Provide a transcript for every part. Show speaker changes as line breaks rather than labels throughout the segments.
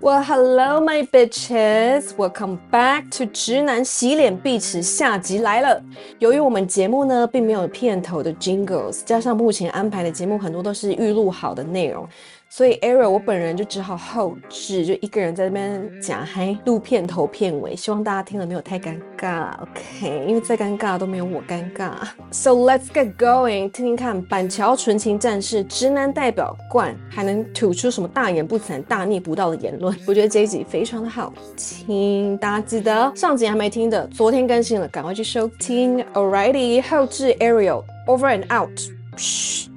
Well, hello, my bitches. Welcome back to 直男洗脸必齿下集来了。由于我们节目呢并没有片头的 jingles，加上目前安排的节目很多都是预录好的内容，所以 Ariel 我本人就只好后置，就一个人在那边假嗨录片头片尾。希望大家听了没有太尴尬，OK？因为再尴尬都没有我尴尬。So let's get going，听听看板桥纯情战士直男代表冠还能吐出什么大言不惭、大逆不道的言论？我觉得这一集非常的好听，大家记得哦上集还没听的，昨天更新了，赶快去收听。Alrighty，后置 Ariel over and out。嘘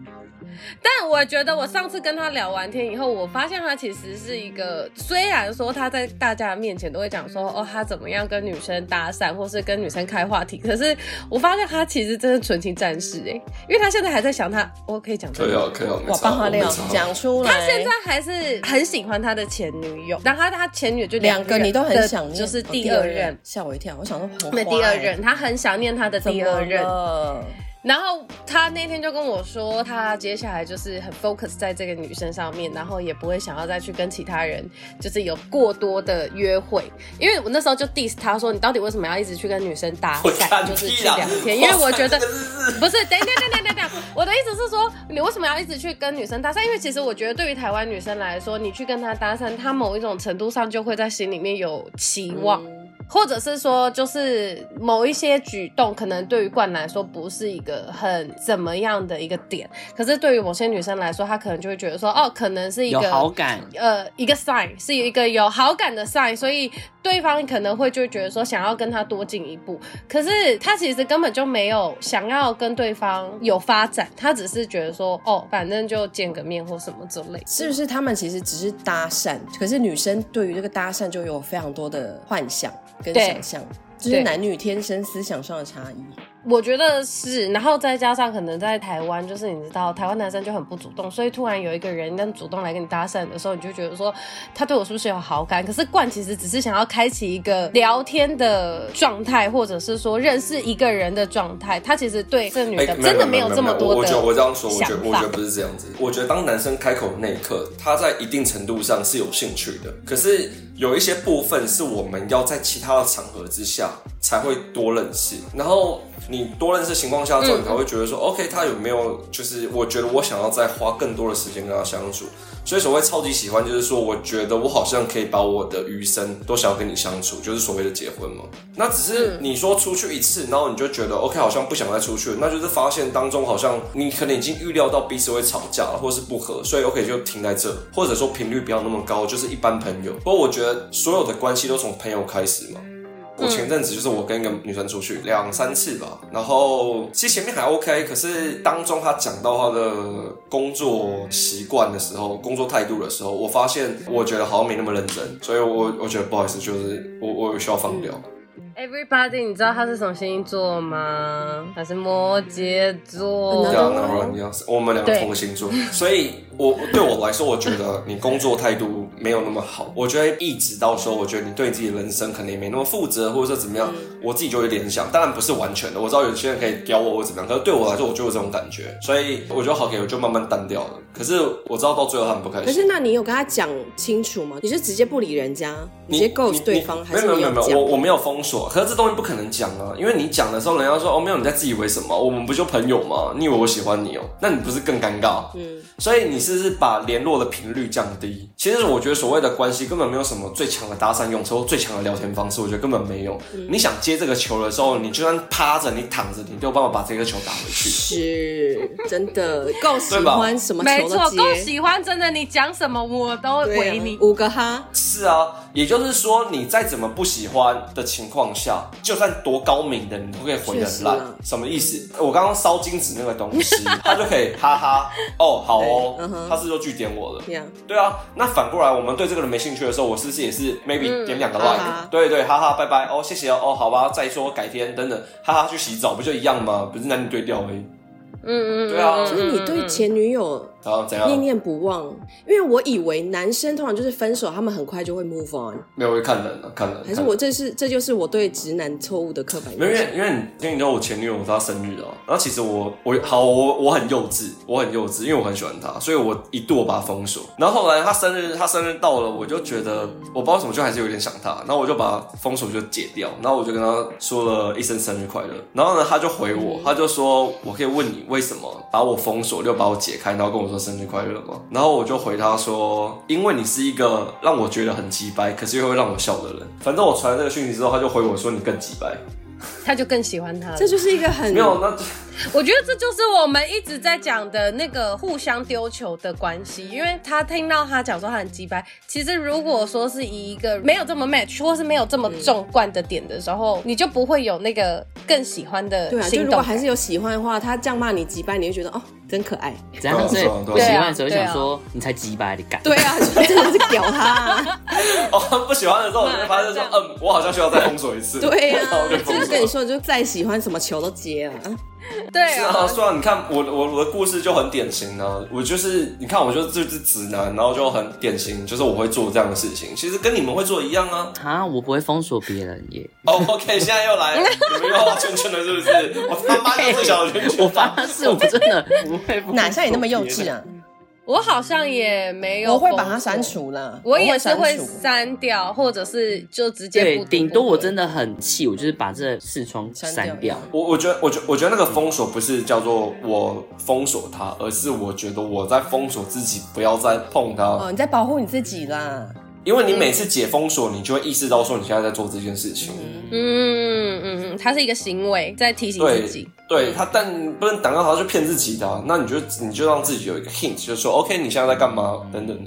但我觉得我上次跟他聊完天以后，我发现他其实是一个，虽然说他在大家面前都会讲说，哦，他怎么样跟女生搭讪，或是跟女生开话题，可是我发现他其实真的纯情战士哎、因为他现在还在想他，我可以讲这
可以
个
啊
吗，
可以啊，没
我
差
帮他
没
聊
差，
讲出来。
他现在还是很喜欢他的前女友，然后他他前女友就
两个
任
你都很想念，
就是
哦
第二任，，
吓我一跳，我想说红
那第二任，他很想念他的第二任。
任，
然后他那天就跟我说，他接下来就是很 focus 在这个女生上面，然后也不会想要再去跟其他人就是有过多的约会。因为我那时候就 diss 他说，你到底为什么要一直去跟女生搭
我啊看
讪，就是去
屁啦
聊天？因为我觉得
哇塞这个是
不是，等一下，等一下，等一下等一下，我的意思是说，你为什么要一直去跟女生搭讪？因为其实我觉得，对于台湾女生来说，你去跟她搭讪，她某一种程度上就会在心里面有期
嗯
望。或者是说，就是某一些举动，可能对于冠来说不是一个很怎么样的一个点，可是对于某些女生来说，她可能就会觉得说，哦，可能是一
有
个
好感，
呃一个 sign，是一个有好感的 sign，所以对方可能会就会觉得说想要跟他多进一步，可是他其实根本就没有想要跟对方有发展，他只是觉得说哦，反正就见个面或什么之类的。
是不是他们其实只是搭讪？可是女生对于这个搭讪就有非常多的幻想跟
对
想象，就是
对
男女天生思想上的差异。
我觉得是，然后再加上可能在台湾，就是你知道台湾男生就很不主动，所以突然有一个人跟主动来跟你搭讪的时候，你就觉得说他对我是不是有好感？可是冠其实只是想要开启一个聊天的状态，或者是说认识一个人的状态。他其实对这女
哎
的真的
没
没有这么多
我
的
我觉得我这样说，我觉
想
得我觉
法
得不是这样子。我觉得当男生开口的那一刻，他在一定程度上是有兴趣的，可是有一些部分是我们要在其他的场合之下才会多认识，然后。你多认识情况下之后，
嗯
你才会觉得说、o k 他有没有就是我觉得我想要再花更多的时间跟他相处，所以所谓超级喜欢，就是说我觉得我好像可以把我的余生都想要跟你相处，就是所谓的结婚嘛。那只是你说出去一次，然后你就觉得 OK，好像不想再出去了，那就是发现当中好像你可能已经预料到彼此会吵架了，或是不合，所以 OK 就停在这，或者说频率不要那么高，就是一般朋友。不过我觉得所有的关系都从朋友开始嘛。我前阵子就是我跟一个女生出去两三次吧，然后其实前面还 OK，可是当中她讲到她的工作习惯的时候，工作态度的时候，我发现我觉得好像没那么认真，所以我我觉得不好意思，就是我我有需要放掉。
Everybody，你知道他是什么星座吗？他是摩羯座。
这样，然后一样，我们两个
对
同个星座，所以我对我来说，我觉得你工作态度没有那么好。我觉得一直到说，我觉得你对自己的人生可能也没那么负责，或者说怎么样，我自己就会联想。当然不是完全的，我知道有些人可以屌我或怎么样，可是对我来说，我就有这种感觉，所以我就好给我就慢慢淡掉了。可是我知道到最后他很不开
可是
心。
那你有跟他讲清楚吗？你是直接不理人家，你
你
直接 ghost
你
对
你
方，还
没
是
有没有
你
没有没有，
讲？
我我没有封锁，可是这东西不可能讲啊，因为你讲的时候，人家说哦没有你在自以为什么，我们不就朋友吗？你以为我喜欢你哦？那你不是更尴尬？
嗯，
所以你是不是把联络的频率降低？其实我觉得所谓的关系根本没有什么最强的搭讪用车或最强的聊天方式，我觉得根本没有。
嗯
你想接这个球的时候，你就算趴着，你躺着，你都有办法把这个球打回去。
是真 的够喜
对吧
欢什么
没
球
错
都，
够
接，
喜欢，真的，你讲什么我都
对
回
啊
你。
五个哈，
是啊，也就是说，你再怎么不喜欢的情况下，就算多高明的，你都可以回得很
确实
烂
啊。
什么意思？我刚刚烧金子那个东西，他就可以哈哈哦，好哦
对嗯，哼
他是不是就据点我了。
这样
对啊，那反过来，我们对这个人没兴趣的时候，我是不是也是 maybe 点两个 like？、
嗯哈哈
对对，哈哈，拜拜，哦，谢谢哦，哦，好吧，再说改天等等，哈哈，去洗澡不就一样吗？不是男女对调而已。
嗯嗯，
对啊
嗯嗯
所以你对前女友
然后怎
念
样？
念不忘。因为我以为男生通常就是分手，他们很快就会 move on，
没有，我会看人啊，看人。
还是
看
我这是这就是我对直男错误的刻板
没有，因
印象
为。因为你因为你知道我前女友她生日啊，然后其实我我好我我很幼稚，我很幼稚，因为我很喜欢她，所以我一度我把她封锁。然后后来她生日她生日到了，我就觉得我不知道为什么就还是有点想她，然后我就把封锁就解掉，然后我就跟她说了一声生日快乐。然后呢，她就回我，她就说我可以问你为什么把我封锁又把我解开，然后跟我说生日快乐吗？然后我就回她说，因为你是一个让我觉得很鸡掰，可是又会让我笑的人。反正我传了这个讯息之后，她就回我说你更鸡掰。
他就更喜欢他了
这。就是一个 很
没有，那
我觉得这就是我们一直在讲的那个互相丢球的关系，因为他听到他讲说他很鸡掰，其实如果说是以一个没有这么 match 或是没有这么纵贯的点的时候，你就不会有那个更喜欢的
对啊，就
心
如
动
果
感。
还是有喜欢的话，他这样骂你几掰，你会觉得哦，真可爱。
怎样？所以
爽
我
对
喜
啊
欢的时候就
对啊
想说，你才几百，你 敢？
对啊，就 真的是屌他啊、
哦，不喜欢的时候，我就发现说，嗯，我好像需要再封锁一次。
对呀、
然后
啊
我就，
真
封
的跟你
锁。
说，就再喜欢什么球都接了。
对
是啊，
啊，
虽然你看我我我的故事就很典型啊，我就是你看我就就是直男，然后就很典型，就是我会做这样的事情，其实跟你们会做一样啊。
啊，我不会封锁别人耶。
哦、o k 现在又来，你们又要圈圈了是不是？我他妈就是小圈圈，
我发誓，我真的不会封锁别人。
哪像你那么幼稚啊？
我好像也没有，
我会把它删。除了，
我也是会
删除
删掉，或者是就直接不
对，
读
顶多我真
不
的很气，我就是把这视窗删
删
掉
掉。
我我觉得，我觉我觉得那个封锁不是叫做我封锁他，而是我觉得我在封锁自己，不要再碰他。
哦，你在保护你自己啦。
因为你每次解封锁，你就会意识到说你现在在做这件事情。
读嗯嗯嗯，它是一个行为在提醒自己
对。，
嗯
对他，但不能等到他去骗自己的啊、那你就你就让自己有一个 hint，就是说 OK，你现在在干嘛等等的，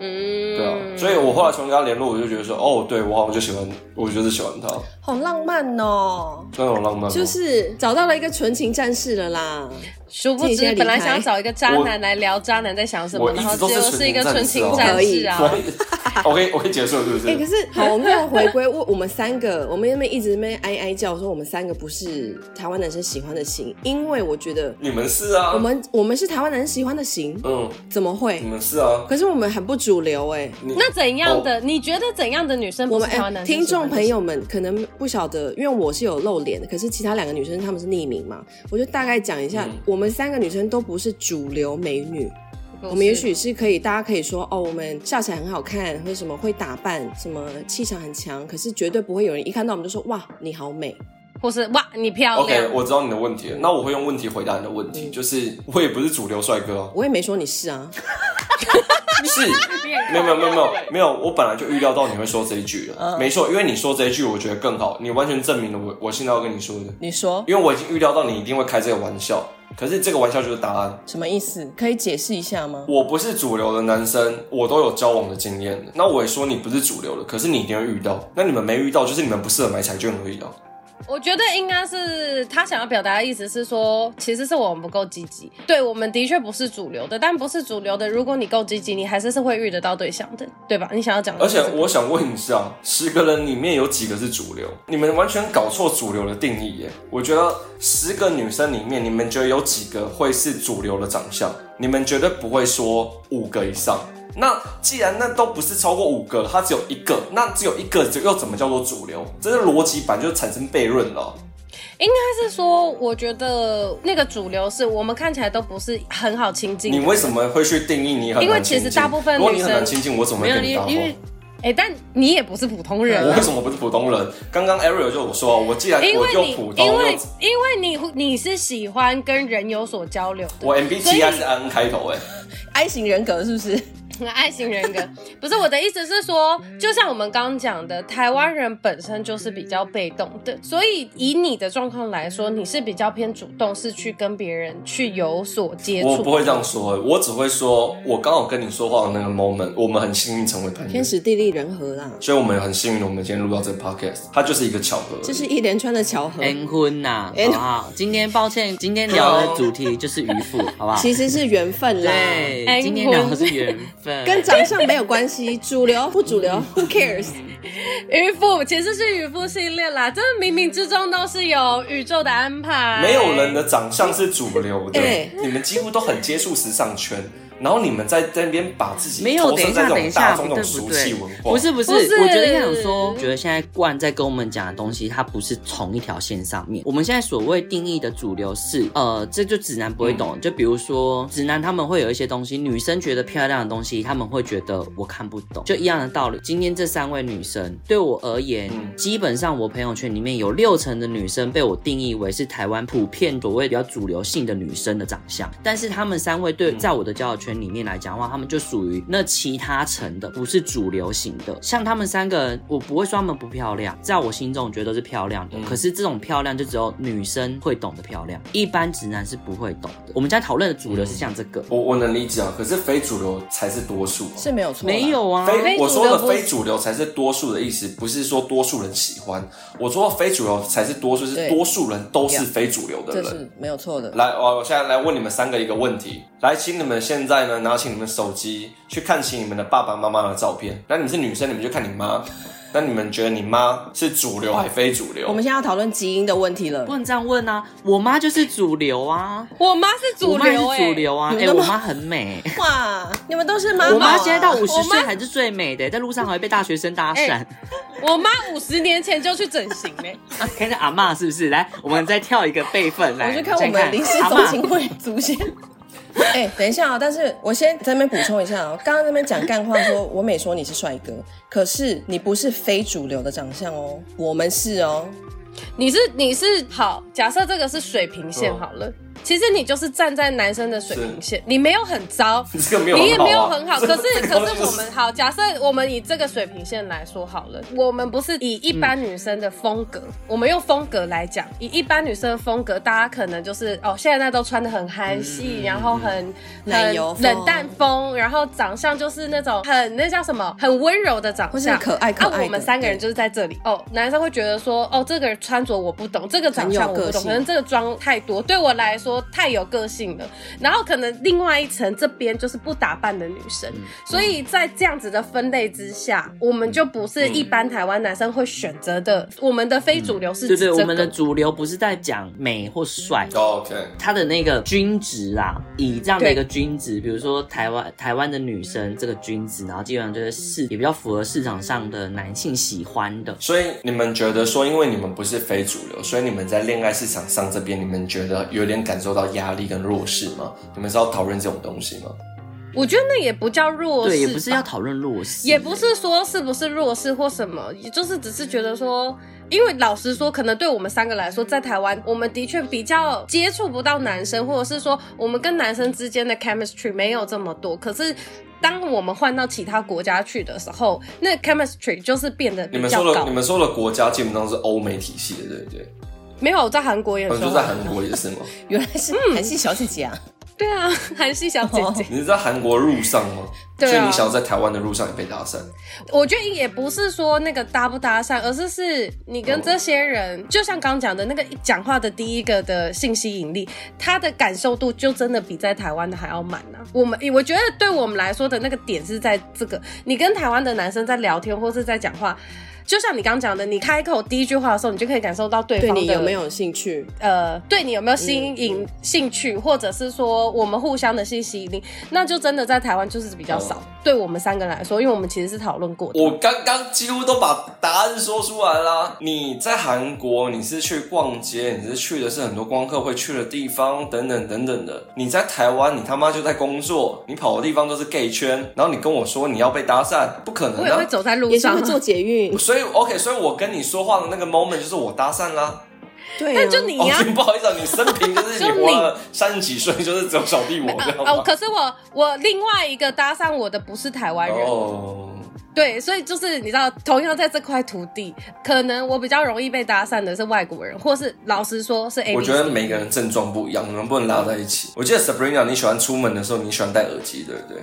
嗯，
对啊。所以我后来从跟他联络，我就觉得说，哦，对我好像就喜欢，我就是喜欢他，
好浪漫哦，
那种浪漫吗。
就是找到了一个纯情战士了啦。
殊不
自己
知
先，离
本来
开
想找一个渣
我
男来聊渣男在想什么，
我一
然
直
后
都
结
是
果是一个纯
纯情
情战
战士
士
所
啊。
以 我可以我可以结束了是不是？
哎、可是好，我们要回归我我们三个，我们那边一直那边哀哀叫说我们三个不是台湾男生喜欢的型，因为我觉得
你们是啊，
我们我们是台湾男生喜欢的型，
嗯，
怎么会
你？们是啊，
可是我们很不主流哎、
你
那怎样
哦
的？你觉得怎样的女生
我
不是
们
台湾
哎，
男生
听
喜欢
众
的
朋友们可能不晓得，因为我是有露脸的，可是其他两个女生她们是匿名嘛，我就大概讲一下，
嗯
我们三个女生都不是主流美女，
不是
我们也许是可以，大家可以说哦，我们笑起来很好看，或者什么会打扮，什么气场很强，可是绝对不会有人一看到我们就说哇你好美，
或是哇，你漂
OK，
亮。
我知道你的问题了。那我会用问题回答你的问题，
嗯
就是我也不是主流帅哥啊，
我也没说你是啊，
是，没有没有没有没有没有，我本来就预料到你会说这一句了，没错，因为你说这一句，我觉得更好，你完全证明了我我现在要跟你说的，
你说
因为我已经预料到你一定会开这个玩笑，可是这个玩笑就是答案。
什么意思？可以解释一下吗？
我不是主流的男生，我都有交往的经验的。那我也说你不是主流的，可是你一定会遇到。那你们没遇到，就是你们不适合买彩券而已啊。
我觉得应该是他想要表达的意思是说，其实是我们不够积极。对，我们的确不是主流的，但不是主流的，如果你够积极，你还是是会遇得到对象的，对吧？你想要讲的
而
是这
且
个，
我想问一下，十个人里面有几个是主流？你们完全搞错主流的定义耶！我觉得十个女生里面，你们觉得有几个会是主流的长相？你们绝对不会说五个以上。那既然那都不是超过五个，它只有一个，那只有一个又怎么叫做主流？这是逻辑版就产生悖论了。
应该是说，我觉得那个主流是我们看起来都不是很好亲近的
你
人。
为什么会去定义你很难
因为
亲近
其实大部分
如果你
女
很
生
难亲近，我怎么
没
会
有
跟你
你
搭，
因
伙
为？
哎、但你也不是普通人、
我
啊
为。什么不是普通人？刚刚 Ariel 就有说啊，我既然
因
我
为
就
你
普，通，
因为
又
因为你你是喜欢跟人有所交流
我 MBTI
所以
是 N 开头哎、
I 型人格是不是？
的，爱型人格不是我的意思是说，就像我们刚刚讲的，台湾人本身就是比较被动的，所以以你的状况来说，你是比较偏主动，是去跟别人去有所接触。
我不会这样说、欸，我只会说，我刚好跟你说话的那个 moment，我们很幸运成为朋友
天，时地利人和啦，
所以我们很幸运，我们今天录到这个 podcast，它就是一个巧合而已。
这是一连串的巧
嗯
合，
恩婚呐，好
N-
不好？今天抱歉，今
啊
天聊的主题就是渔夫，好不好？
其实是缘分啦。
对，
恩
今天聊的是缘分。分，
跟长相没有关 系，主流不主流，Who cares？
渔夫其实是渔夫系列啦，这冥冥之中都是有宇宙的安排。
没有人的长相是主流的
哎，
你们几乎都很接触时尚圈，然后你们在在那边把自己
没有，
投
等
射在
一下，
这
等
种
一下，
大众
不
这
对
种
不
俗气
对
文，化，
不是不是，
不是
我觉得应该想说，觉得现在冠在跟我们讲的东西，它不是同一条线上面。我们现在所谓定义的主流是，呃，这就直男不会
嗯
懂。就比如说，直男他们会有一些东西，女生觉得漂亮的东西，他们会觉得我看不懂。就一样的道理，今天这三位女生对我而言，
嗯
基本上我朋友圈里面有六成的女生被我定义为是台湾普遍所谓比较主流性的女生的长相，但是她们三位对
嗯
在我的交友圈里面来讲的话，她们就属于那其他层的，不是主流型的。像她们三个人，我不会说她们不漂亮，在我心中我觉得都是漂亮的。
嗯
可是这种漂亮就只有女生会懂的漂亮，一般直男是不会懂的。我们家讨论的主流是像这个，
我我能理解啊，可是非主流才是多数啊。
是没有错，
没。有啊，
非
非
我
主
说
流
的
不
非
是
主流才是多数的意思，不是说多数人喜欢。我说的非主流才是多数，是
对
多数人都是
Yeah
非主流的
这
人。
是没有错的。
来，我我现在来问你们三个一个问题。来，请你们现在呢拿起你们手机去看起你们的爸爸妈妈的照片。那你们是女生，你们就看你妈。那你们觉得你妈是主流还非主流？
我们现在要讨论基因的问题了
不。能这样问啊！我妈就是主流啊，
我妈是主
我妈也
流哎、
是主流啊！
你
哎、
们都
我
妈
妈很美、
哇，你们都是妈宝啊
我妈现在到五十
我
岁
妈
还是最美的，在路上还会被大学生搭讪。
哎我妈五十年前就去整形嘞、
啊，看着阿嬷是不是？来，我们再跳一个辈分来。
我去看我
先
们临时
阿
总
嬷
情会祖先。 哎、等一下啊、但是我先在那边补充一下哦。刚刚在那边讲干话说，我每说你是帅哥，可是你不是非主流的长相哦，我们是哦。
你是你是好，假设这个是水平线好了，其实你就是站在男生的水平线，你没有很糟，
这个没有很好啊
你也没有很好，
这
可是
个 这个
可是我们好，假设我们以这个水平线来说好了，我们不是以一般女生的风格，我们用风格来讲，以一般女生的风格，大家可能就是哦，现在都穿的很韩系，然后很
奶
很
油风
冷淡风，然后长相就是那种很那叫什么，很温柔的长
或是
相，
可爱可
啊，
爱
我们
的
三个
对
人就。就是在这里哦，男生会觉得说，哦，这个人穿着我不懂，这个长相我
很
不
有个
懂，
性
可能这个妆太多，对我来说太有个性了。然后可能另外一层这边就是不打扮的女生，所以在这样子的分类之下，我们就不是一般台湾男生会选择的，我们的非主流是
嗯对
指
对，
这
我
个。
们的主流不是在讲美或帅。
OK，
它的那个均值啦，以这样的
对
一个均值，比如说台湾台湾的女生这个均值，然后基本上就是市也比较符合市场上的男性喜欢的。
所以你们觉得说，因为你们不是非主流，所以你们在恋爱市场上这边，你们觉得有点感受到压力跟弱势吗？你们是要讨论这种东西吗？
我觉得那也不叫弱势，
对，也不是要。讨论弱势，
也不是说是不是弱势或什么，也就是只是觉得说，因为老实说，可能对我们三个来说，在台湾，我们的确比较接触不到男生，或者是说我们跟男生之间的 chemistry 没有这么多。可是当我们换到其他国家去的时候，那 chemistry 就是变得
你
比
们
较
说的
高
你。们说的国家基本上是欧美体系的，对不对？
没有，我在韩国也
哦
说
你说在韩国也是吗？
原来是韩系小姐姐啊，
对啊，韩系小姐姐。
你是在韩国路上吗？
对啊
哦所以你想要在台湾的路上也被搭讪？
我觉得也不是说那个搭不搭讪，而是是你跟这些人，就像刚讲的那个讲话的第一个的信息引力，他的感受度就真的比在台湾的还要满啊。我们我觉得对我们来说的那个点是在这个，你跟台湾的男生在聊天或是在讲话。就像你刚讲的，你开口第一句话的时候，你就可以感受到对
对
方的
你有没有兴趣？
呃，对你有没有吸引兴趣，或者是说我们互相的信息引力，那就真的在台湾就是比较少。
哦
对我们三个来说，因为我们其实是讨论过的。
我刚刚几乎都把答案说出来啦。你在韩国，你是去逛街，你是去的是很多光客会去的地方，等等等等的。你在台湾，你他妈就在工作，你跑的地方都是 gay 圈，然后你跟我说你要被搭讪，不可能
我也会
的、
走在路
也是
上啊
会，做捷运，
所以 OK，所以我跟你说话的那个 moment 就是我搭讪啦。
对、啊，
但就你
哦
呀、，
不好意思啊，你生平就是
就
你
你
活 了三十几岁，就是只有小弟我这样
哦，
吗？
可是我我另外一个搭讪我的不是台湾人，
哦，
对，所以就是你知道，同样在这块土地，可能我比较容易被搭讪的是外国人，或是老实说是 A
我
B
觉
C。
得每个人症状不一样，能不能拉在一起？我记得 Sabrina，你喜欢出门的时候，你喜欢戴耳机，对不对？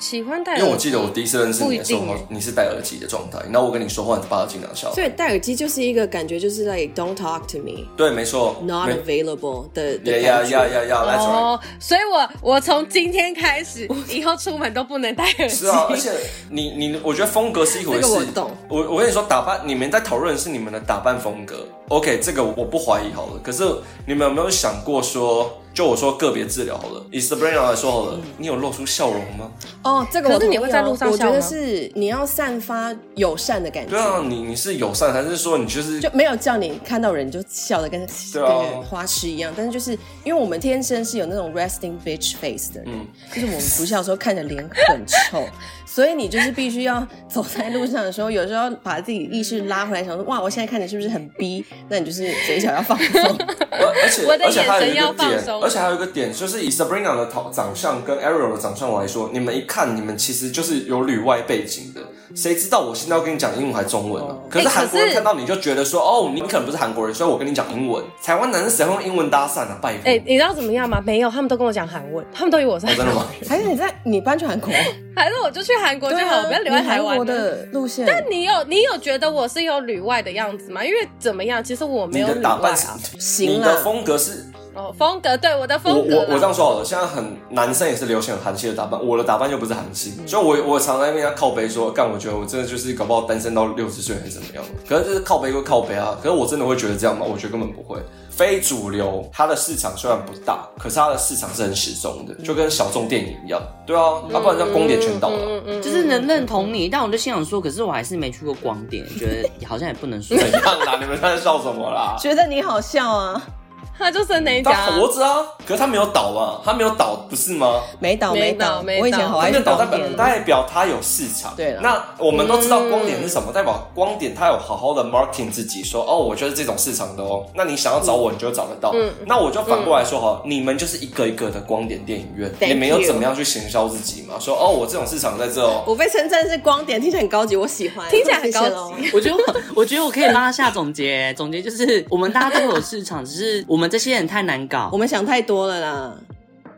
喜欢戴耳机，
因为我记得我第一次认识你的时候，
不一定欸
你是戴耳机的状态，然后我跟你说话，你把耳机拿下来。
所以戴耳机就是一个感觉，就是 like don't talk to me，not
对，没错。没
available 的
呀
的
呀
感觉。
呀呀呀，That's right。
哦，所以我我从今天开始，以后出门都不能戴耳机。
是啊，而且你你，我觉得风格是一回事。
这个我懂
我我跟你说，打扮你们在讨论的是你们的打扮风格。OK，这个我不怀疑好了。可是你们有没有想过说，就我说个别治疗好了，以 Sabrina 来说好了，你有露出笑容吗？
哦，这个我
可是你
同意
会在
哦
路上
我
笑
觉得
吗
是你要散发友善的感觉，
对啊，你你是友善，还是说你就是
就没有叫你看到人就笑的跟、
对啊
跟花痴一样。但是就是因为我们天生是有那种 resting bitch face 的人，
嗯
就是我们不笑的时候看着脸很臭，所以你就是必须要走在路上的时候，有时候把自己意识拉回来，想说哇，我现在看你是不是很逼？那你就是嘴角要放 松。
呃而而且
我的
而且还有
眼
一
神
个
要放
点，
松
而且还有一个点，就是以 Sabrina 的长长相跟 Ariel 的长相来说，你们一看，你们其实就是有旅外背景的。谁知道我现在要跟你讲英文还中文呢、可是
哎可
韩国人
是
看到你就觉得说，哦，你可能不是韩国人，所以我跟你讲英文。台湾男生谁会用英文搭讪啊？拜托，
哎、你知道怎么样吗？没有，他们都跟我讲韩文，他们都以为我是
哦
韩
真
国
的
人。
吗？
还是你在你搬去韩国？
还是我就去韩国就
对
好，
啊，
我不要留在
你
台湾了
韩国。的路线。啊
但你有你有觉得我是有旅外的样子吗？因为怎么样，其实我没
你
有
的
旅
打
外
扮是
啊。，
行
你
啦
的风格是。
哦，风格对我的
我
风格
我
啦，
我这样说好了，现在很男生也是流行很韩系的打扮，我的打扮又不是韩系，
嗯
所以我我常在那边要靠背说，干，我觉得我真的就是搞不好单身到六十岁还是怎么样，可是就是靠背归靠背啊，可是我真的会觉得这样吗？我觉得根本不会。非主流，它的市场虽然不大，可是它的市场是很始终
嗯
的，就跟小众电影一样。对啊，要、不然叫光点全倒了。啊
嗯
就是能认同你，但我就心想说，可是我还是没去过光点，觉得好像也不能
嗯
说。
怎样啊啦？你们在笑什 么啦？
觉得你好笑啊，
他就是那一家
他活着啊，可是他没有倒嘛，他没有倒不是吗？
没倒
没
倒，
倒没
我以前
倒
好爱
它
去
就代
光
表
点。
代表它有市场。
对啦
那我们都知道光点是什么，代表光点它有好好的 marketing 自己，说哦，我就是这种市场的哦。那你想要找我，你就会找得到。
嗯
那我就反过来说哈，你们就是一个一个的光点电影院，
Thank
也没有
you
怎么样去行销自己嘛，说哦，我这种市场在这哦。
我被称赞是光点，听起来很高级，我喜欢，
听起来很
谢
高级
谢咯
我觉得我，我觉得我可以拉下总结，欸总结就是我们大家都有市场，只是我们这些人太难搞
我。们想太多了啦。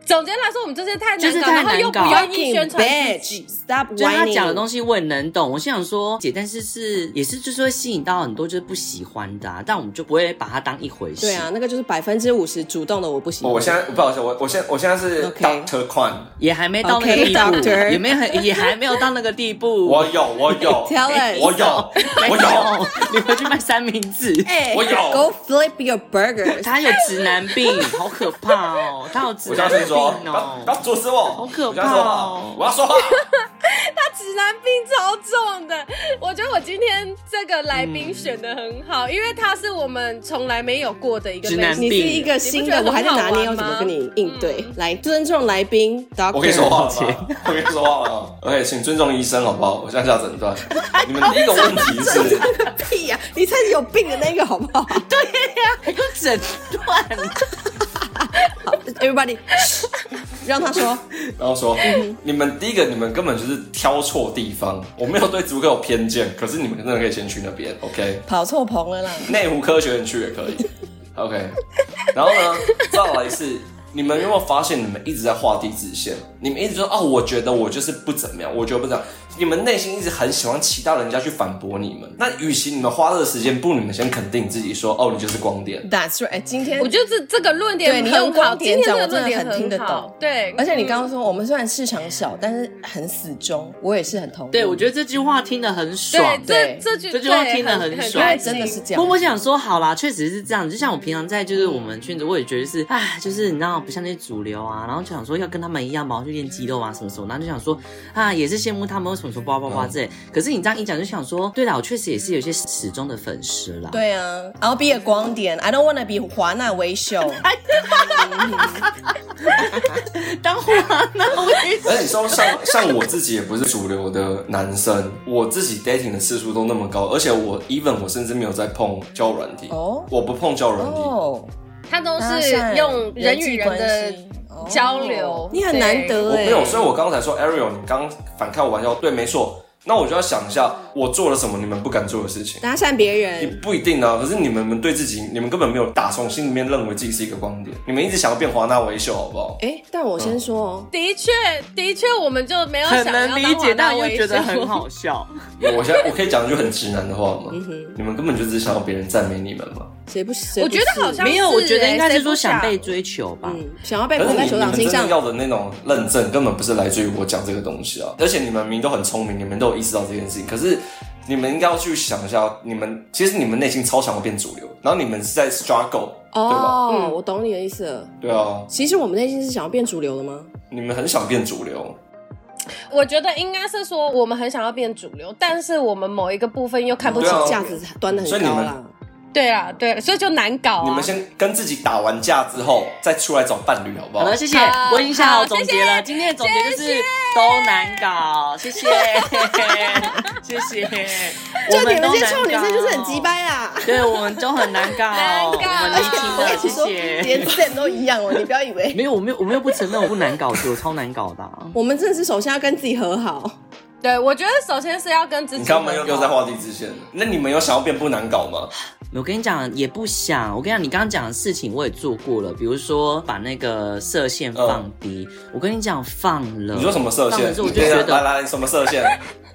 总结来说，我们这些太难搞，
就是太难
然后又不
搞
愿意宣传自己。
Bitch, stop
就是他讲的
whining。
东西我也能懂，我心想说姐，但是是也是就是会吸引到很多就是不喜欢的、啊，但我们就不会把它当一回事。
对啊，那个就是百分之五十主动的，我不喜欢。
哦我现在不好意思，我我现在我现在是
OK
Doctor Quan，
也还没到那个地
Okay,
步
doctor
也没有很也还没有到那个地步。
我有我有
Tell us
我有
没
我有，
你回去卖三明治。
哎
我有
，Go flip your burgers。
他有直男病，好可怕哦！他有直
我
男
相
病
信说，不要不要
哦。
阻止我，
好可
我现在说话
怕哦
我要说话，
直男病超重的。我觉得我今天这个来宾选的很好，
嗯
因为他是我们从来没有过的一个
直男
类型
你是一个新
你不
的，
觉得
我还在拿捏要
很好玩
怎
吗嗯
么跟你应对。来，尊重来宾，Doctor。
我可以说话了吗？ 我可以说话了吗？OK，请尊重医生好不好？我向下诊断。你们第一个问题是，
屁呀、你才是有病的那个，好不好
对呀、还有诊断，
？Everybody，让他说。
然后说，你们第一个，你们根本就是挑错地方。我没有对足够有偏见，可是你们真的可以先去那边，OK？
跑错棚了啦。
内湖科学园区也可以，OK？然后呢，再来是。你们有没有发现，你们一直在画地自限？你们一直说哦，我觉得我就是不怎么样，我觉得不怎么样。你们内心一直很喜欢期待人家去反驳你们。那与其你们花这个时间，不如你们先肯定自己说，哦，你就是光点。
That's right，哎今天
我觉得这这个论点
对你
很
用
好
光点
今天
讲
这
我
个
真的
论点
很听得
好
懂
对，
而且你刚刚说，我们虽然市场小，但是很死忠，我也是很同意。
对我觉得这句话听得很爽
对。
对
这这句
这句话
对
听得
很
很
开
爽
因为
心
真的是这
不
样。
过我想说，好啦，确实是这样。就像我平常在就是我们圈子，我也觉得是，哎，就是你知道，不像那些主流啊，然后就想说要跟他们一样嘛，我去练肌肉啊什么什么，然后就想说啊，也是羡慕他们为什么说叭叭叭之类。可是你这样一讲，就想说，对啦，我确实也是有一些始终的粉丝啦。
对啊，I'll be a 光
嗯
点，I don't wanna be 华纳 维秀。
哎
当 然那我也
而且哎你说像像我自己也不是主流的男生，我自己 dating 的次数都那么高，而且我 even 我甚至没有在碰交友软体，
哦
我不碰交友软体。
哦，
他都
啊
搭
是
讪
用人与
际
人
关
的
系哦
交流
你很难得
我
哎。
没有，所以我刚才说 Ariel，你刚反开我玩笑，对，没错。那我就要想一下，我做了什么你们不敢做的事情。
搭讪别
也
人，
不一定啊，可是你们们对自己，你们根本没有打从心里面认为自己是一个光点，你们一直想要变华纳维秀，好不 好？
哎，但我先说哦，
的确，的确，我们就没有
很
想要
能理解，
到
但又觉得很。好笑。
我现在我可以讲一句很直男的话吗？你们根本就只是想要别人赞美你们嘛。
谁不谁
我
不
觉得啊
是
好像
没有，我觉得应该是
谁
说
不想
想被追求吧。
嗯，想要被
可是
捧
你呃
在
你
手掌
们
心
真
上
正，要的那种认证，根本不是来自于我讲这个东西啊。而且你们明明都很聪明，你们都有意识到这件事情，可是你们应该要去想一下，你们其实你们内心超想要变主流，然后你们是在 struggle，、对吧？
嗯
哦，我懂你的意思了。
对啊，
其实我们内心是想要变主流的吗？
你们很想变主流，
我觉得应该是说，我们很想要变主流，但是我们某一个部分又看不起
对。啊
架子端的很
所以你
高
们
啦。
对啊，对，所以就难搞啊。
你们先跟自己打完架之后，再出来找伴侣，好不
好
好
了，？谢谢
好，
我已经想好
好
总结
谢
了。
谢
今天的总结就是都难搞，谢谢，谢谢。
就
我
你们
都
这些
难
臭女生就是很
搞
鸡，掰啦。
对，我们都很难搞，
难搞
我们
而
离
且
题
我
了，
跟
谢
你说，
谢。
连 Sam 都一样哦，你不要以为。
没有，我没有，我没有不承认我不难搞，我超难搞的啊、
我们真的是首先要跟自己和好，
对，我觉得首先是要跟自己
你
和好。
看他们又又在画地自限了。那你们有想要变不难搞吗？
我跟你讲，也不想。我跟你讲，你刚刚讲的事情我也做过了，比如说把那个射线放低。我跟你讲，放了。
你说什么射
放
线？
了之后我
你
就
等一下
觉
来
得，
啊来，你什么射线？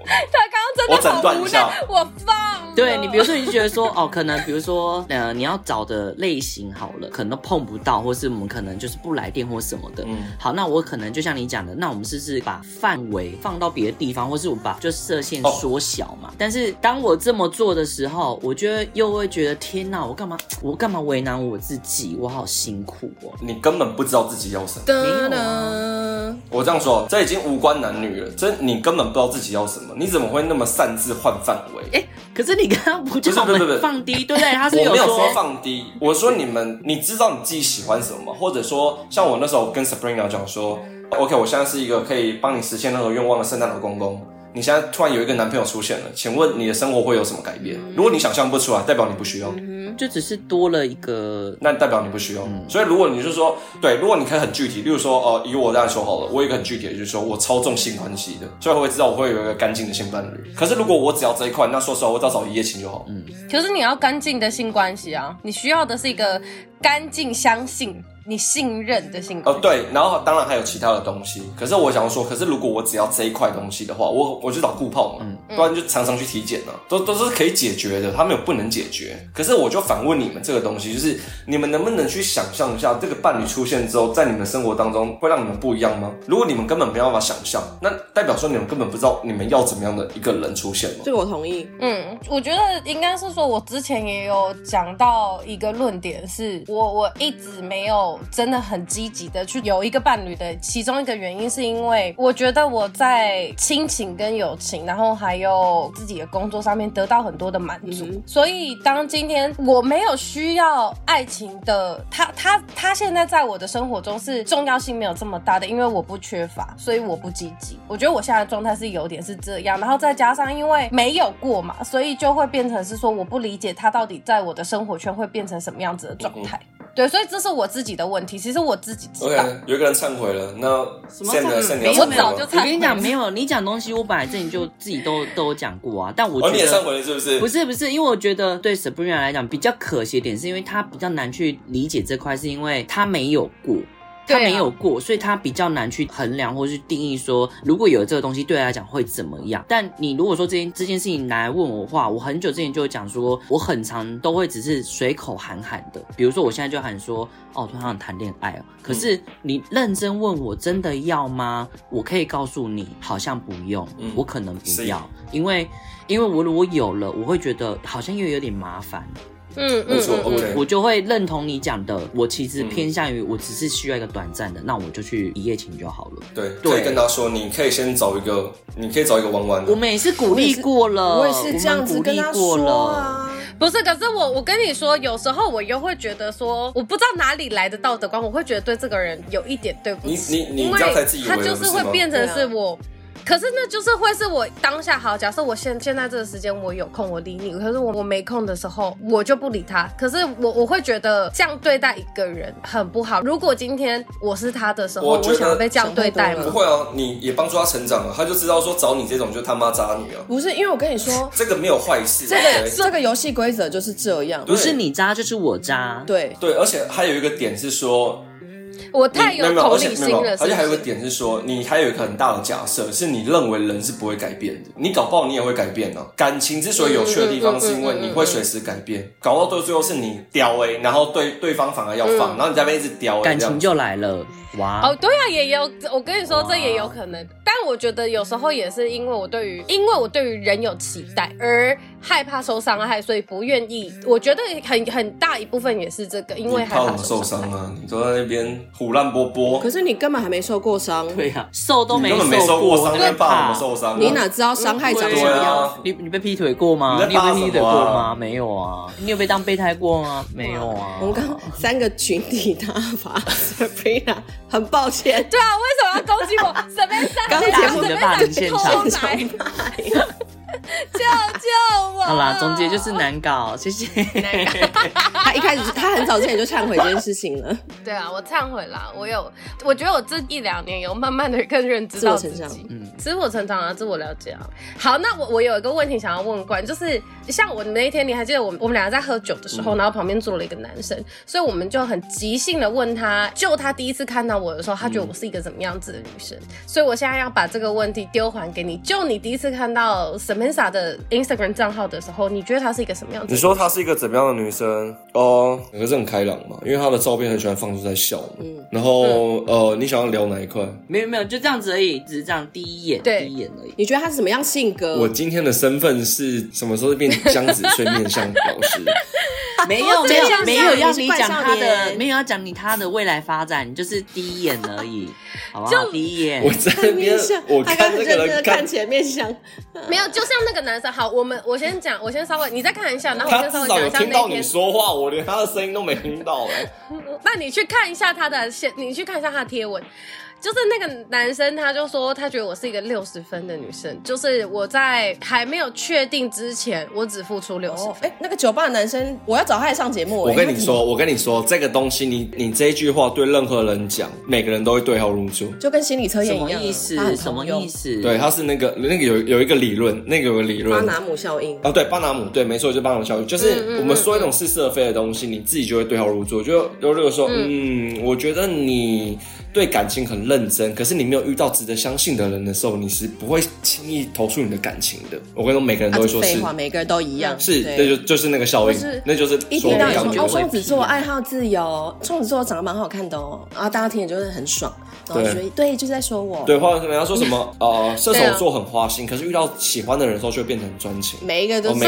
他刚刚真的好无奈，我放了。
对你，比如说你就觉得说，哦，可能比如说，呃，你要找的类型好了，可能都碰不到，或是我们可能就是不来电或什么的。
嗯
好，那我可能就像你讲的，那我们是不是把范围放到别的地方，或是我把就射线
哦
缩小嘛？但是当我这么做的时候，我觉得又会觉得，天哪，我干嘛， 我干嘛为难我自己？我好辛苦哦。
你根本不知道自己要什么。
有
噔
啊
噔，
我这样说，这已经无关男女了，这你根本不知道自己要什么，你怎么会那么擅自换范围？
哎、可是你刚刚不就
不是
我
不是不
们
是
放低，对不对？他是
我没有说
说，
放低，我说你们，你知道你自己喜欢什么吗？或者说，像我那时候跟 Sabrina 讲说，OK，我现在是一个可以帮你实现任何愿望的圣诞老公公。你现在突然有一个男朋友出现了，请问你的生活会有什么改变？如果你想象不出来，代表你不需要。
就只是多了一个
那代表你不需要。所以如果你就说，对，如果你可以很具体，例如说，呃，以我这样说好了，我有一个很具体的，就是说我超重性关系的，所以我会知道我会有一个干净的性伴侣。可是如果我只要这一块，那说实话，我只要找一夜情就好。嗯，
可是你要干净的性关系啊，你需要的是一个干净、相信、你信任的性
哦、
关系。
对，然后当然还有其他的东西。可是我想要说，可是如果我只要这一块东西的话，我我就找顾炮嘛，
嗯
不然就常常去体检啊，都都是可以解决的，他们有不能解决。可是我就反问你们这个东西，就是你们能不能去想象一下，这个伴侣出现之后，在你们生活当中会让你们不一样吗？如果你们根本没有办法想象，那代表说你们根本不知道你们要怎么样的一个人出现吗？
这个我同意。
嗯，我觉得应该是说，我之前也有讲到一个论点是，我我一直没有真的很积极的去有一个伴侣的，其中一个原因是因为我觉得我在亲情跟友情，然后还有自己的工作上面得到很多的满足，所以当今天我没有需要爱情的，他他他现在在我的生活中是重要性没有这么大的，因为我不缺乏，所以我不积极。我觉得我现在的状态是有点是这样，然后再加上因为没有过嘛，所以就会变成是说我不理解他到底在我的生活圈会变成什么样子的状态。对，所以这是我自己的问题，其实我自己知
OK，
道。
有一个人忏悔了，那
什么
Sam 呢
忏
Sam
悔
你要
没有
忏悔
早
吗
就
我跟你讲，没有你讲东西，我本来这里就自己都都有讲过啊，但我
哦，你
觉
也忏
得。
悔了是不是？
不是不是，因为我觉得对 Sabrina 来讲比较可惜的点，是因为她比较难去理解这块，是因为她没有过，
对
她
啊
没有过，所以她比较难去衡量或是定义说，如果有这个东西对她来讲会怎么样。但你如果说这件这件事情拿来问我的话，我很久之前就有讲说，我很常都会只是随口喊喊的，比如说我现在就喊说，哦，我突然想谈恋爱哦。可是你认真问我真的要吗？我可以告诉你，好像不用，
嗯
我可能不
是
要，因为。因为我如果有了，我会觉得好像又有点麻烦，
嗯
没错
嗯
，OK，
我就会认同你讲的，我其实偏向于我只是需要一个短暂的，那我就去一夜情就好了。
对，
对
所以跟他说，你可以先找一个，你可以找一个玩玩的
我。们也是鼓励过了，
我也是这样子跟他
呃我们鼓励
说
过了。
啊。
不是，可是我我跟你说，有时候我又会觉得说，我不知道哪里来的道德观，我会觉得对这个人有一点对不
你
起，
你你
因为
这样才自以为
他
了
就
不
是
是
会
吗
变成是我。可是那就是会是我当下好，假设我现现在这个时间我有空，我理你；可是我我没空的时候，我就不理他。可是我我会觉得这样对待一个人很不好。如果今天我是他的时候，
我
我
觉得
想要被这样对待
想太
不
多
吗？
会啊，你也帮助他成长了，他就知道说找你这种就他妈渣女啊，
不是因为我跟 你说，
这个没有坏事。
这个
对
这个游戏规则就是这样，
对
不是你渣就是我渣，
对，
对，而且还有一个点是说，
我太
你没有没有
同
而且
理
没有
心
没有
了，是
而且还有
不
一个
是？
点是说，你还有一个很大的假设是你认为人是不会改变的，你搞不好你也会改变呢、哦感情之所以有趣的地
嗯嗯嗯
方，是因为
嗯嗯
你会随时改变，搞到最最后是你刁哎、然后对对方反而要
嗯
放，然后你在那边一直刁、欸，
感
这样
情就来了，哇
哦，！对啊，也有，我跟你说，
哇
这也有可能。但我觉得有时候也是因为我对于，因为我对于人有期待，而害怕受伤害，所以不愿意。我觉得很很大一部分也是这个，因为
你
害
怕
怕
我受
伤害
伤啊，你都在那边胡乱波波
可，是你根本还没受过伤，
对呀、受都
你
没
根本没受过
过，
伤，
那
你
边
爸
怕
怎么受伤、啊？
你哪知道伤害长什么
对
样？
啊，
你你被劈腿过吗？
你
你
在怕
有
什
被
么啊
劈腿过吗？没有啊。你有被当备胎过吗？没有啊。
我们刚三个群体打法，Sabrina，很抱 歉，
对啊，为什么要攻击我？ 沈贝莎，
刚
沈贝
结
莎
束
的霸凌现场
偷
现
来
场
救
卖
救我！
好啦，总结就是难搞，谢谢。
他一开始他很早之前就忏悔这件事情了，
对啊，我忏悔啦，我有，我觉得我这一两年有慢慢的更认知
自我
到自
成长
己，嗯，自我成长啊，自我了解啊。好，那我我有一个问题想要问关，就是像我那一天，你还记得我们我们两个在喝酒的时候，
嗯
然后旁边坐了一个男生，所以我们就很即兴的问他，就他第一次看到我的时候，他
嗯
觉得我是一个怎么样子的女生，所以我现在要把这个问题丢还给你，就你第一次看到 Samantha 的 Instagram 账号的时候，你觉得她是一个什么样子的
你
女生？
说她是一个怎么样的女生？哦，可是很开朗嘛，因为她的照片很喜欢放出在笑嘛。然后、呃，你想要聊哪一块？
没有没有，就这样子而已，只是这样第一眼，
对
第一眼而已。
你觉得他是什么样性格？
我今天的身份是什么时候变姜子翠面相老师？
没有
是
没有
像
没有
像
要
你是
你
怪
讲
少
他的，
年
没有要讲你他的未来发展，就是第一眼而已，好不好？第一眼
我在那边
面相，，
我
他刚
看
很
这个
认真的
人
看
看，
前面相，
没有，就像那个男生。好，我们我先讲，我先稍微你再看一下，然后我
他
先稍
至
微讲
少有
一下
听
那
到
天
你。说话，我连他的声音都没听到哎、
那你去看一下他的先，你去看一下他的贴文。就是那个男生，他就说他觉得我是一个六十分的女生，就是我在还没有确定之前，我只付出六十
哦
分。，
哎、那个酒吧的男生，我要找他来上节目、哎
我跟你，说，我跟你说，这个东西你你这一句话对任何人讲，每个人都会对号入座。
他就跟心理测
什
验
么
一样啊，
意
他
思？
很
什么
通用
意？思？
对，他是那个那个有有一个理论，那个有个理
巴
论，
拿嗯姆效应，
啊，对，巴拿姆，对，没错，就巴拿姆效应，就是我们说一种似是而非的东西，你自己就会对号入座。就就如果说，嗯，我觉得你对感情很认真，可是你没有遇到值得相信的人的时候，你是不会轻易投出你的感情的。我跟你说，每个人
啊，
都会说
这废
是嗯
话，每个人都一样，
是，
对
那就就是那个效应
是，
那就是
一
说不
听到你
感
说
觉
哦，
会
双子座爱好自由，双子座长得蛮好看的哦，然后大家听了就会很爽，然后就觉得对，就是在说我，
对，或者人家说什 么呃，射手
啊
座很花心，可是遇到喜欢的人的时候，就会变得很专情。
每一个都
哦，
是
每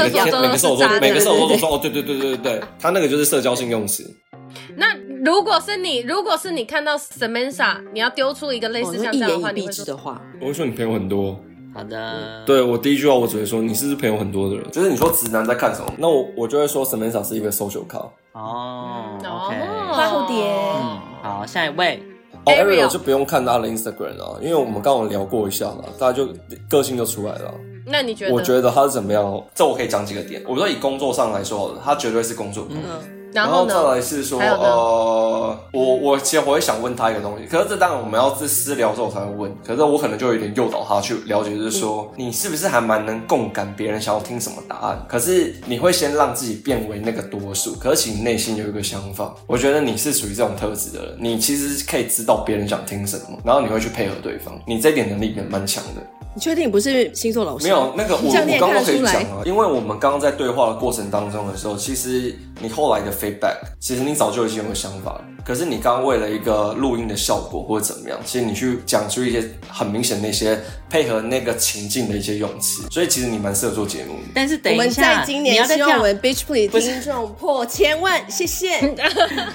射
个
手座
天每个射手
都是渣
座，每个射手座都说
对对
哦，对对对对对对，他那个就是社交性用词。
哦
那如果是你，如果是你看到 Samantha，你要丢出一个类
哦
似
那
像
一
这样的
言
话，
以
你
蔽
会
之
说
的话，
我会说你朋友很多，
好的，
嗯对我第一句话，我只会说你是不是朋友很多的人？就是你说直男在看什么？那我我就会说 Samantha 是一个 social 咖。
哦，OK，
嗯
哦
花蝴蝶，
嗯，好，下一位，
哦
Ariel
，Ariel 就不用看他的 Instagram 了，因为我们刚刚有聊过一下了，大家就个性就出来了。啊
那你觉得？
我觉得他是怎么样哦？这我可以讲几个点。我说以工作上来说好了，他绝对是工作狂。
嗯
然
后
后
再
呢？
来是说，
还有呢
呃，我我其实我会想问他一个东西，可是这当然我们要是私聊之后才会问，可是我可能就有点诱导他去了解，就是说、
嗯
你是不是还蛮能共感别人想要听什么答案，可是你会先让自己变为那个多数，可是其实你内心有一个想法，我觉得你是属于这种特质的人，你其实可以知道别人想听什么，然后你会去配合对方，你这点能力也蛮强的。
你确定你不是星座老师？
没有，那个我
这样你
我
也
刚刚
看得
可以
出
讲
来
啊，因为我们刚刚在对话的过程当中的时候，其实你后来的 feedback，其实你早就已经有想法了。可是你刚刚为了一个录音的效果或者怎么样，其实你去讲出一些很明显的一些配合那个情境的一些用词，所以其实你蛮适合做节目的。
但是等
我
一
们
下，
在今
你
年
要再
希
这
望我
样，
们 Beach Please
不是
听众破千万，谢谢。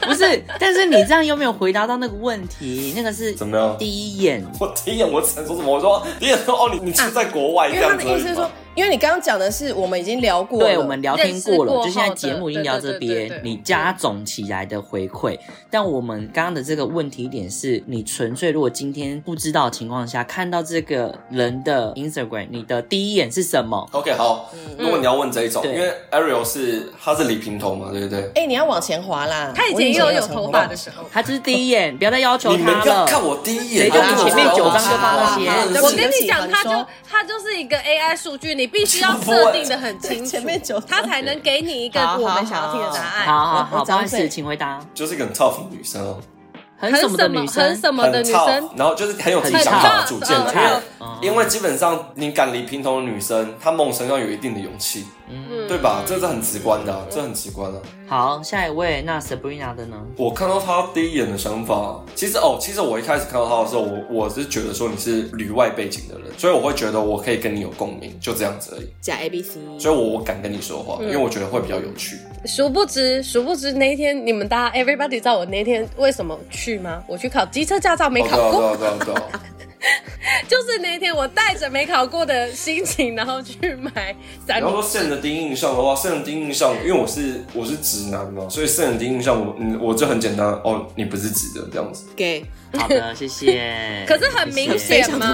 不是，但是你这样又没有回答到那个问题，那个是
怎么样
第一眼，
我第一眼我只能说什么？我说第一眼说哦，你你是在国外
啊因
这
为他
样
的
子
意
而
思是
已
说
嘛。，
因为你刚刚讲的是我们已经聊过了，
对，我们聊天过
认识过
了，
后
就现在节目已经聊这
的对对对
边
对，对
你加总起来的回馈。但我们刚刚的这个问题点是，你纯粹如果今天不知道的情况下，看到这个人的 Instagram，你的第一眼是什么？
OK，好，
嗯
如果你要问这一种，
对
因为 Ariel 是他是理平头嘛，对不对？
哎、你要往前滑啦。
他以前也有有头发的
时
时候。
他就是第一眼，不要再要求
你们
他
不要
了。
看我第一眼，
谁叫
你前面九张就
发那些
真的是
啊我
嗯对不起
跟你
好
讲，
你
它
说
就它就是一个 AI 数据，你必须要设定的很清楚，
前面九张
它才能给你一个
好好
我们想要听的答案。
好好
我
好，
我
不好
张
意思，
嘴
请回答。
就是一个很 tough 的女生哦，
很
很
什么的
什
女
么
生？
很什么的女
很
生
tough，，然后就是很有自己
很
想法的
tough，
主见的，
嗯
因为
嗯
因为基本上你敢理平头的女生，她梦想要有一定的勇气，
嗯
对吧？这是很直观的啊，这很直观的啊。
好，下一位，那 Sabrina 的呢？
我看到他第一眼的想法，其实哦，其实我一开始看到他的时候，我我是觉得说你是旅外背景的人，所以我会觉得我可以跟你有共鸣，就这样子而已。
加 A B C，
所以我我敢跟你说话，因为我觉得会比较有趣。
殊不知，殊不知那一天你们大家 everybody 知道我那天为什么去吗？我去考机车驾照没
哦，对
考
啊，
过，
对啊，对啊，对啊。
就是那一天我带着没考过的心情，然后去买三
然后说圣人的第一印象的话，圣人第一印象，因为我是我是直男嘛，所以圣人第一印象我嗯我就很简单哦，你不是直的这样子，
给
好的，谢谢。
可是很明
谢谢
显吗？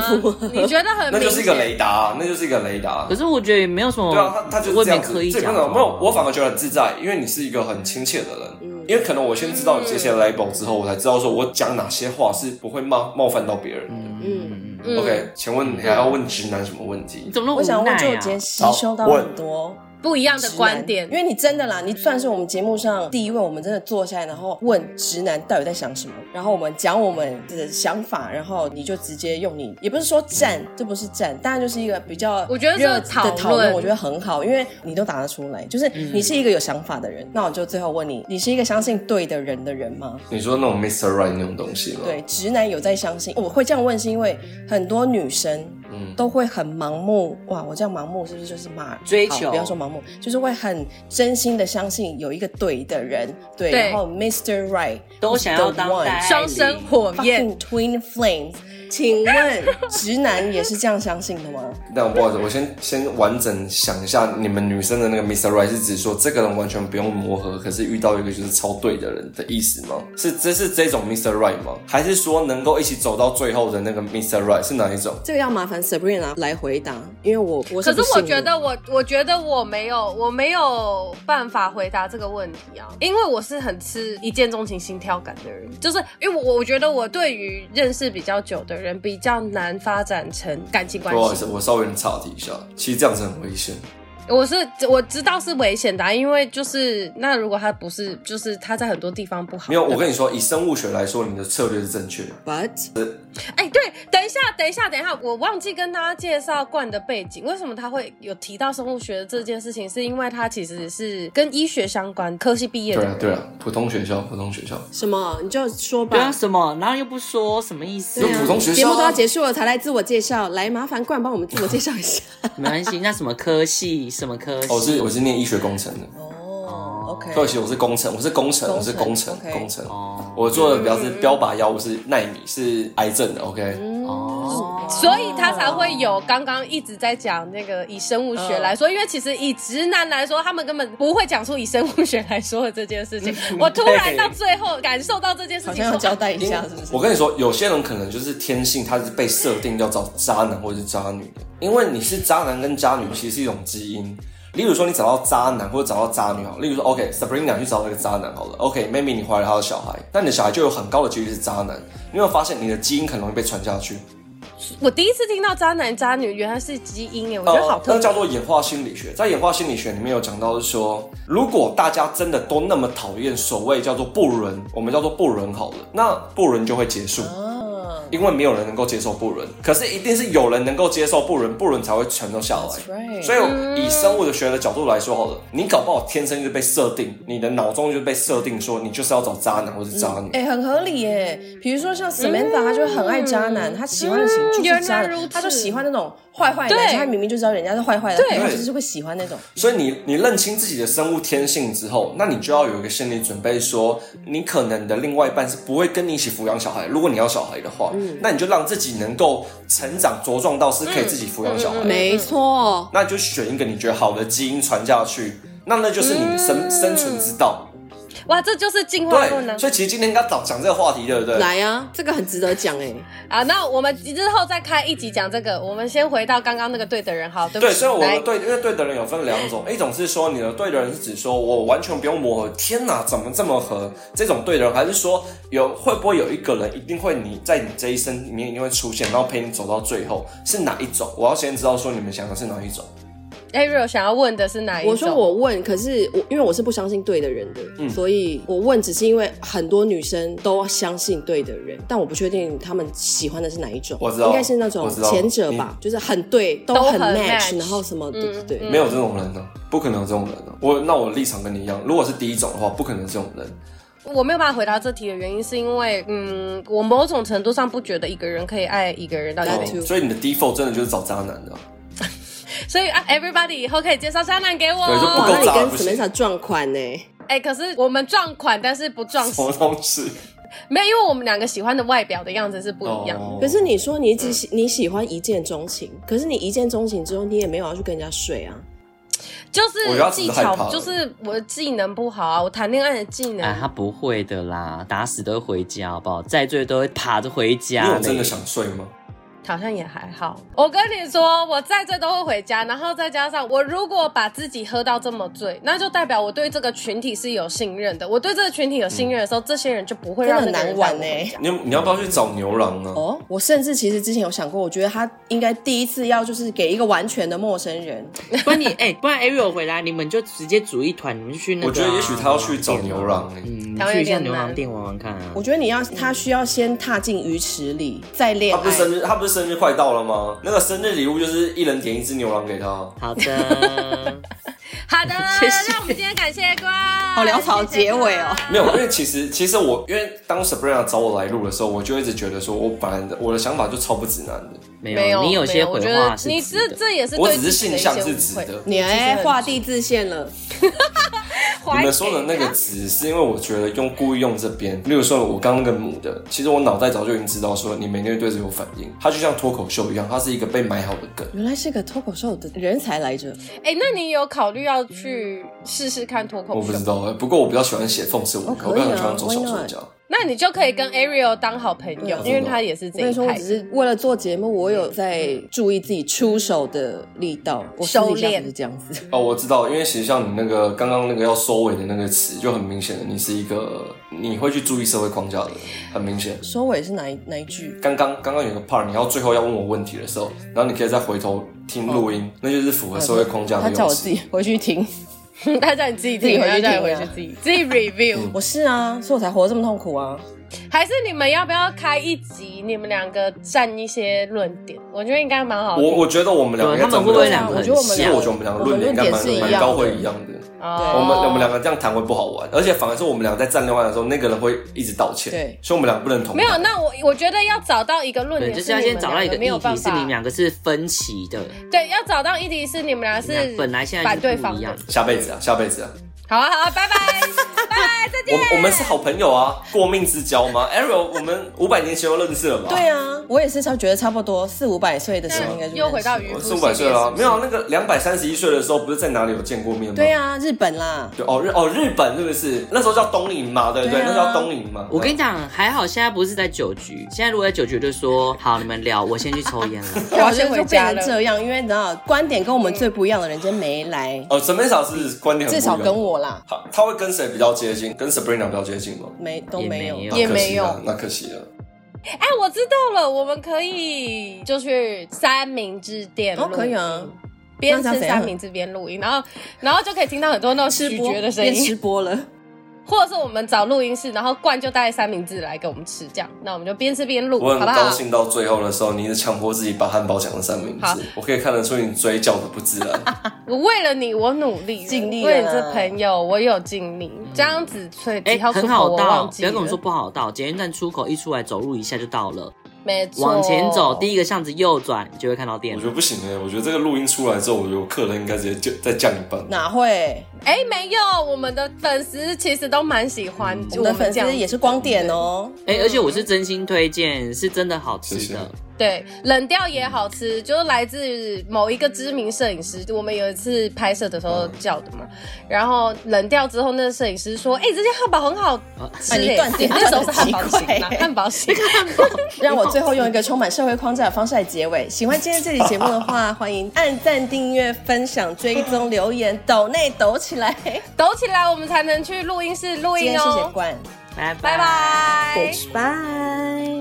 你觉得很
那
明显？
就是一个雷达啊，那就是一个雷达
可。是我觉得也没有什么，
对啊，他他就是
未
这样
免
子，
刻意
这也
讲哦
不能
吧。
没有，我反而觉得很自在，因为你是一个很亲切的人。因为可能我先知道你这些 label 之后，我才知道说我讲哪些话是不会冒冒犯到别人的。
嗯，
嗯
OK，请问你还要问直男什么问
你
题？
怎么那么
我想
无奈
问，
啊
就我今天吸收到很多
不一样的
直男
观点
因。为你真的啦，你算是我们节目上第一位，我们真的坐下来，然后问直男到底在想什么，然后我们讲我们的想法，然后你就直接用你，也不是说站，这不是站，当然就是一个比较
嗯我觉得这
热
个
的
讨论
讨论，我觉得很好，因为你都答得出来，就是你是一个有想法的人，那我就最后问你，你是一个相信对的人的人吗？
你说那种 Mr. Right 那种东西吗？
对，直男有在相信。我会这样问，是因为很多女生
嗯
都会很盲目。哇，我这样盲目是不是就是骂
追
好
求
不要说盲目，就是会很真心的相信有一个对的人，对，
对
然后 Mr. Right
都想要当
one
代
双生火焰
fucking twin flames。请问直男也是这样相信的吗？
但我不好意思，我先先完整想一下，你们女生的那个 Mr. Right 是指说这个人完全不用磨合，可是遇到一个就是超对的人的意思吗？是这是这种 Mr. Right 吗？还是说能够一起走到最后的那个 Mr. Right 是哪一种？
这个要麻烦 Sabrina 来回答，因为我我
可是
不信
我
的
觉得我，我觉得我没有，我没有办法回答这个问题啊，因为我是很吃一见钟情心跳感的人，就是因为我我觉得我对于认识比较久的人比较难发展成感情关
不好意
系
思，。我稍微岔题一下，其实这样子很危险。
我是我知道是危险的啊、因为就是那如果他不是，就是他在很多地方不好。
没有，我跟你说，以生物学来说，你的策略是正确的。
，But
哎、对，等一下，等一下，等一下，我忘记跟大家介绍冠的背景。为什么他会有提到生物学的这件事情？是因为他其实是跟医学相关科系毕业的
对
人
啊，对啊，普通学校，普通学校，
什么？你就说吧
对啊，什么？然后又不说，什么意思
就？普通学校啊
节目都要结束了才来自我介绍，来麻烦冠帮我们自我介绍一下。
没关系，那什么科系？什么科系？
哦，我是我是念医学工程的，
哦，OK，
对不起，我是工程，我是工程，我是工程
工，程
工程。
哦
我做的标是标靶药物是纳米，是癌症的。OK，
哦，
所以他才会有刚刚一直在讲那个以生物学
嗯
来说，因为其实以直男来说，他们根本不会讲出以生物学来说的这件事 情。我突然到最后感受到这件事
好
情
像要
说，
交代一下，是不是？
我跟你说，有些人可能就是天性，他是被设定要找渣男或者是渣女的，因为你是渣男跟渣女，其实是一种基因。例如说，你找到渣男或者找到渣女好了，例如说，OK，Sabrina、去找到一个渣男好了，OK，maybe、你怀了他的小孩，那你的小孩就有很高的几率是渣男。你有没有发现你的基因很容易被传下去？
我第一次听到渣男渣女原来是基因哎，我觉得好
呃，
特
那
别。
叫做演化心理学。在演化心理学里面有讲到是说，如果大家真的都那么讨厌所谓叫做不伦，我们叫做不伦好了，那不伦就会结束。
啊
因为没有人能够接受不伦，可是一定是有人能够接受不伦，不伦才会传承下来。
Right
所以以生物的学的角度来说，好了，你搞不好天生就被设定，你的脑中就被设定说你就是要找渣男或是
嗯
渣女。
哎、很合理耶。比如说像 Samantha，她就很爱渣男，她喜欢的型就是渣
嗯原来如
男，
此
她就喜欢那种坏坏的，
对
而且她明明就知道人家是坏坏的，
对
她就是会喜欢那种。
所以你你认清自己的生物天性之后，那你就要有一个心理准备说，你可能你的另外一半是不会跟你一起抚养小孩，如果你要小孩的话，那你就让自己能够成长茁壮到是可以自己抚养小孩的。
嗯
没错，
那你就选一个你觉得好的基因传下去，那那就是你的生、生存之道。
哇，这就是进化论啊呢
对，。所以其实今天刚早讲这个话题，对不对？
来啊，这个很值得讲哎。
啊，那我们之后再开一集讲这个。我们先回到刚刚那个对的人，好，对不
对，
起，
所以我
来
们对，因为对的人有分两种，一种是说你的对的人是指说我完全不用磨合，天哪，怎么这么合？这种对的人，还是说有会不会有一个人一定会你在你这一生里面一定会出现，然后陪你走到最后，是哪一种？我要先知道说你们想的是哪一种。
嗯
Ariel 想要问的是哪一种？
我说我问，可是我因为我是不相信对的人的，
嗯
所以我问只是因为很多女生都相信对的人，但我不确定她们喜欢的是哪一种。
我知道
应该是那种
我知道嗯
前者吧，就是很对，都
都
很
很 match 嗯
match，然后什么对对对。
没有这种人呢、不可能有这种人呢、我那我立场跟你一样，如果是第一种的话，不可能有这种人。
我没有办法回答这题的原因，是因为嗯，我某种程度上不觉得一个人可以爱一个人到一
That
辈
too
子，
哦所以你的 default 真的就是找渣男的啊、
所以啊，everybody 以后可以介绍渣男给我哦。
对就不
哇，
够
那你
渣
跟
不
s
行
a m 撞款呢、
哎、可是我们撞款，但是不 撞
什么
型，
东 西？
没有，因为我们两个喜欢的外表的样子是不一样
哦
可
的。
是你说你只喜、你喜欢一见钟情，可是你一见钟情之后，你也没有要去跟人家睡啊。
就是
我觉得他只
技
是害怕
巧，就是我的技能不好啊，我谈恋爱的技能。
哎，他不会的啦，打死都会回家，好不好？再醉都会爬着回
因为
家
我真
嘞
的。想睡吗？
好像也还好。我跟你说，我再醉都会回家，然后再加上我如果把自己喝到这么醉，那就代表我对这个群体是有信任的。我对这个群体有信任的时候，这些人就不会让
真
那
的
个
很
人带我
难玩
回
欸
家。
你你要不要去找牛郎啊？
哦，我甚至其实之前有想过，我觉得他应该第一次要就是给一个完全的陌生人，
嗯
不然你哎、不然 Ariel 回来，你们就直接组一团，你们就去那个啊、
我觉得也许他要去找牛郎欸
嗯，
台湾
去
有
一下
点
牛郎
难
店玩玩看啊。
我觉得你要他需要先踏进鱼池里再恋
他
哦
不
爱
是。生日，他不是生日快到了吗？那个生日礼物就是一人点一只牛郎给他。
好 的，
好 的，
谢谢
那我们今天感谢瓜，
好潦草的结尾哦
谢谢瓜
没有，因为其实其实我因为当 Sabrina 找我来录的时候，我就一直觉得说，我本来的我的想法就超不直男的，
没有，
没有，
你有些
没
回
我觉
话
得
是
你
直
这
的
这也是
我
对
只是
自己的
性
一
向
些
是
误
直
会。
的。
你
欸
哎、
很
画地自限了，
你
你
们说的那个直，是因为我觉得用故意用这边，例如说我刚那个母的，其实我脑袋早就已经知道说你们一定会对这有反应，它就像脱口秀一样，它是一个被埋好的梗。
原来是个脱口秀的人才来着，
哎、那你有考虑要去试试看脱
我
口
不
秀
知？道欸，不过我比较喜欢写讽刺文，
哦可以
我
啊
比较喜欢做小
why
说
not？
家。
那你就可以跟 Ariel 当好朋友，
嗯
因为他也是
啊
这
我跟你
一
说，我
派
只。是为了做节目，我有在注意自己出手的力道，我私底下不是这样子。
哦，我知道，因为其实像你那个刚刚那个要收尾的那个词，就很明显的，你是一个你会去注意社会框架的人，很明显。
收尾是哪一哪一句？
刚刚刚刚有个 part，你要最后要问我问题的时候，然后你可以再回头听录音，那就是符合社会框架
哦他
的
叫
用
我自
词。
己回去听。
大家你自己
自己
听，
回
大
去
家
听
回
啊
去自己自己 review。
我是啊，所以我才活得这么痛苦啊。
还是你们要不要开一集，你们两个站一些论点？我觉得应该蛮好听。
我我觉得我们两个
对他们会不会两个
我
很
觉得我们
其实我
两个，
像
觉得我们两个
我们
论点应该
论点是
蛮
一
蛮
样的
高会一样的。
哦
我们我们两个这样谈会不好玩，而且反而是我们两个在站另外的时候，那个人会一直道歉，
对
所以我们两个不能同
没有，
台。
那我我觉得要找到一个论
对，
点，
就是要先找到一
个
个
没有
议
办
题是
法
你们两个是分歧的，
对，要找到议题是你们俩
你们
是
俩本来现在
反
就
对
不
方
一
的
样。。
下辈子啊，下辈子啊，
好啊，好啊，拜拜，拜拜，再见。
我我们是好朋友啊，过命之交吗？Ariel，我们五百年前就认识了吧？
对啊，我也是差觉得差不多四五百岁的时候应该就
又
认
回
识
到
了
渔
我
夫
是
系
五百
列
岁了啊，
是不
没
是
有那个两百三十一岁的时候，不是在哪里有见过面吗？
对啊，日本啦，
对，哦日哦日本是不是？那时候叫东瀛嘛，对不对？
对啊
那时候叫东瀛嘛。
我跟你
你
讲，还好现在不是在酒局，现在如果在酒局就说好，你们聊，我先去抽烟了。
我
要
要
先
先
回
就
家
变
了
成这样，因为你知道观点跟我们最不一样的人今天没来，
哦，沈美嫂是观
嗯
点很
至少
不一样
跟我啦，
他他会跟谁比较接近？跟 Sabrina 比较接近吗？
没都
也
没有
没。有
那
也
可惜
没有
了，那可惜了。
哎，我知道了，我们可以就去三明治店
哦，
录
可以啊，
边
那这样
吃
怎样
三明治边录音，然后然后就可以听到很多那种咀
播
嚼的声
变吃
音，
播了，
或者是我们找录音室，然后冠就带三明治来给我们吃，这样，那我们就边吃边录，
我
好
很
不
高
好？
兴到最后的时候，你一直强迫自己把汉堡讲成三明
好
治，我可以看得出你嘴角的不自然。
我为了你，我努力了，
尽力了
为了这朋友，我有尽力。
嗯
这样子，所以
哎、
几号出
很
口
好
我
到，
忘
不
记
要跟我说
了。
不好到，捷运站出口一出来走路一下就到了。
没错，
往前走，第一个巷子右转，你就会看到店
我觉
了。
得不行哎、我觉得这个录音出来之后，我觉得我客人应该直接就再降一半。
哪会？
哎、没有，我们的粉丝其实都蛮喜欢
嗯我
就
们
我
的
们
粉
这样
丝也是光点哦。
哎、而且我是真心推荐，是真的好吃
谢谢
的。
对，冷调也好吃，就是来自某一个知名摄影师，我们有一次拍摄的时候叫的嘛。然后冷掉之后，那个摄影师说：“哎、这家汉堡很好吃、
哦
啊
欸。
你断点
那时 候是汉堡型啦
很奇 怪，
汉堡型。
让我最后用一个充满社会框架的方式来结尾。喜欢今天这期节目 的话，欢迎按赞、订阅、分享、追踪、留言、抖内抖起来。
抖起来，我们才能去录音室录
今
音
天谢谢
哦。
冠。
拜
拜
拜
拜。
Bitch，拜。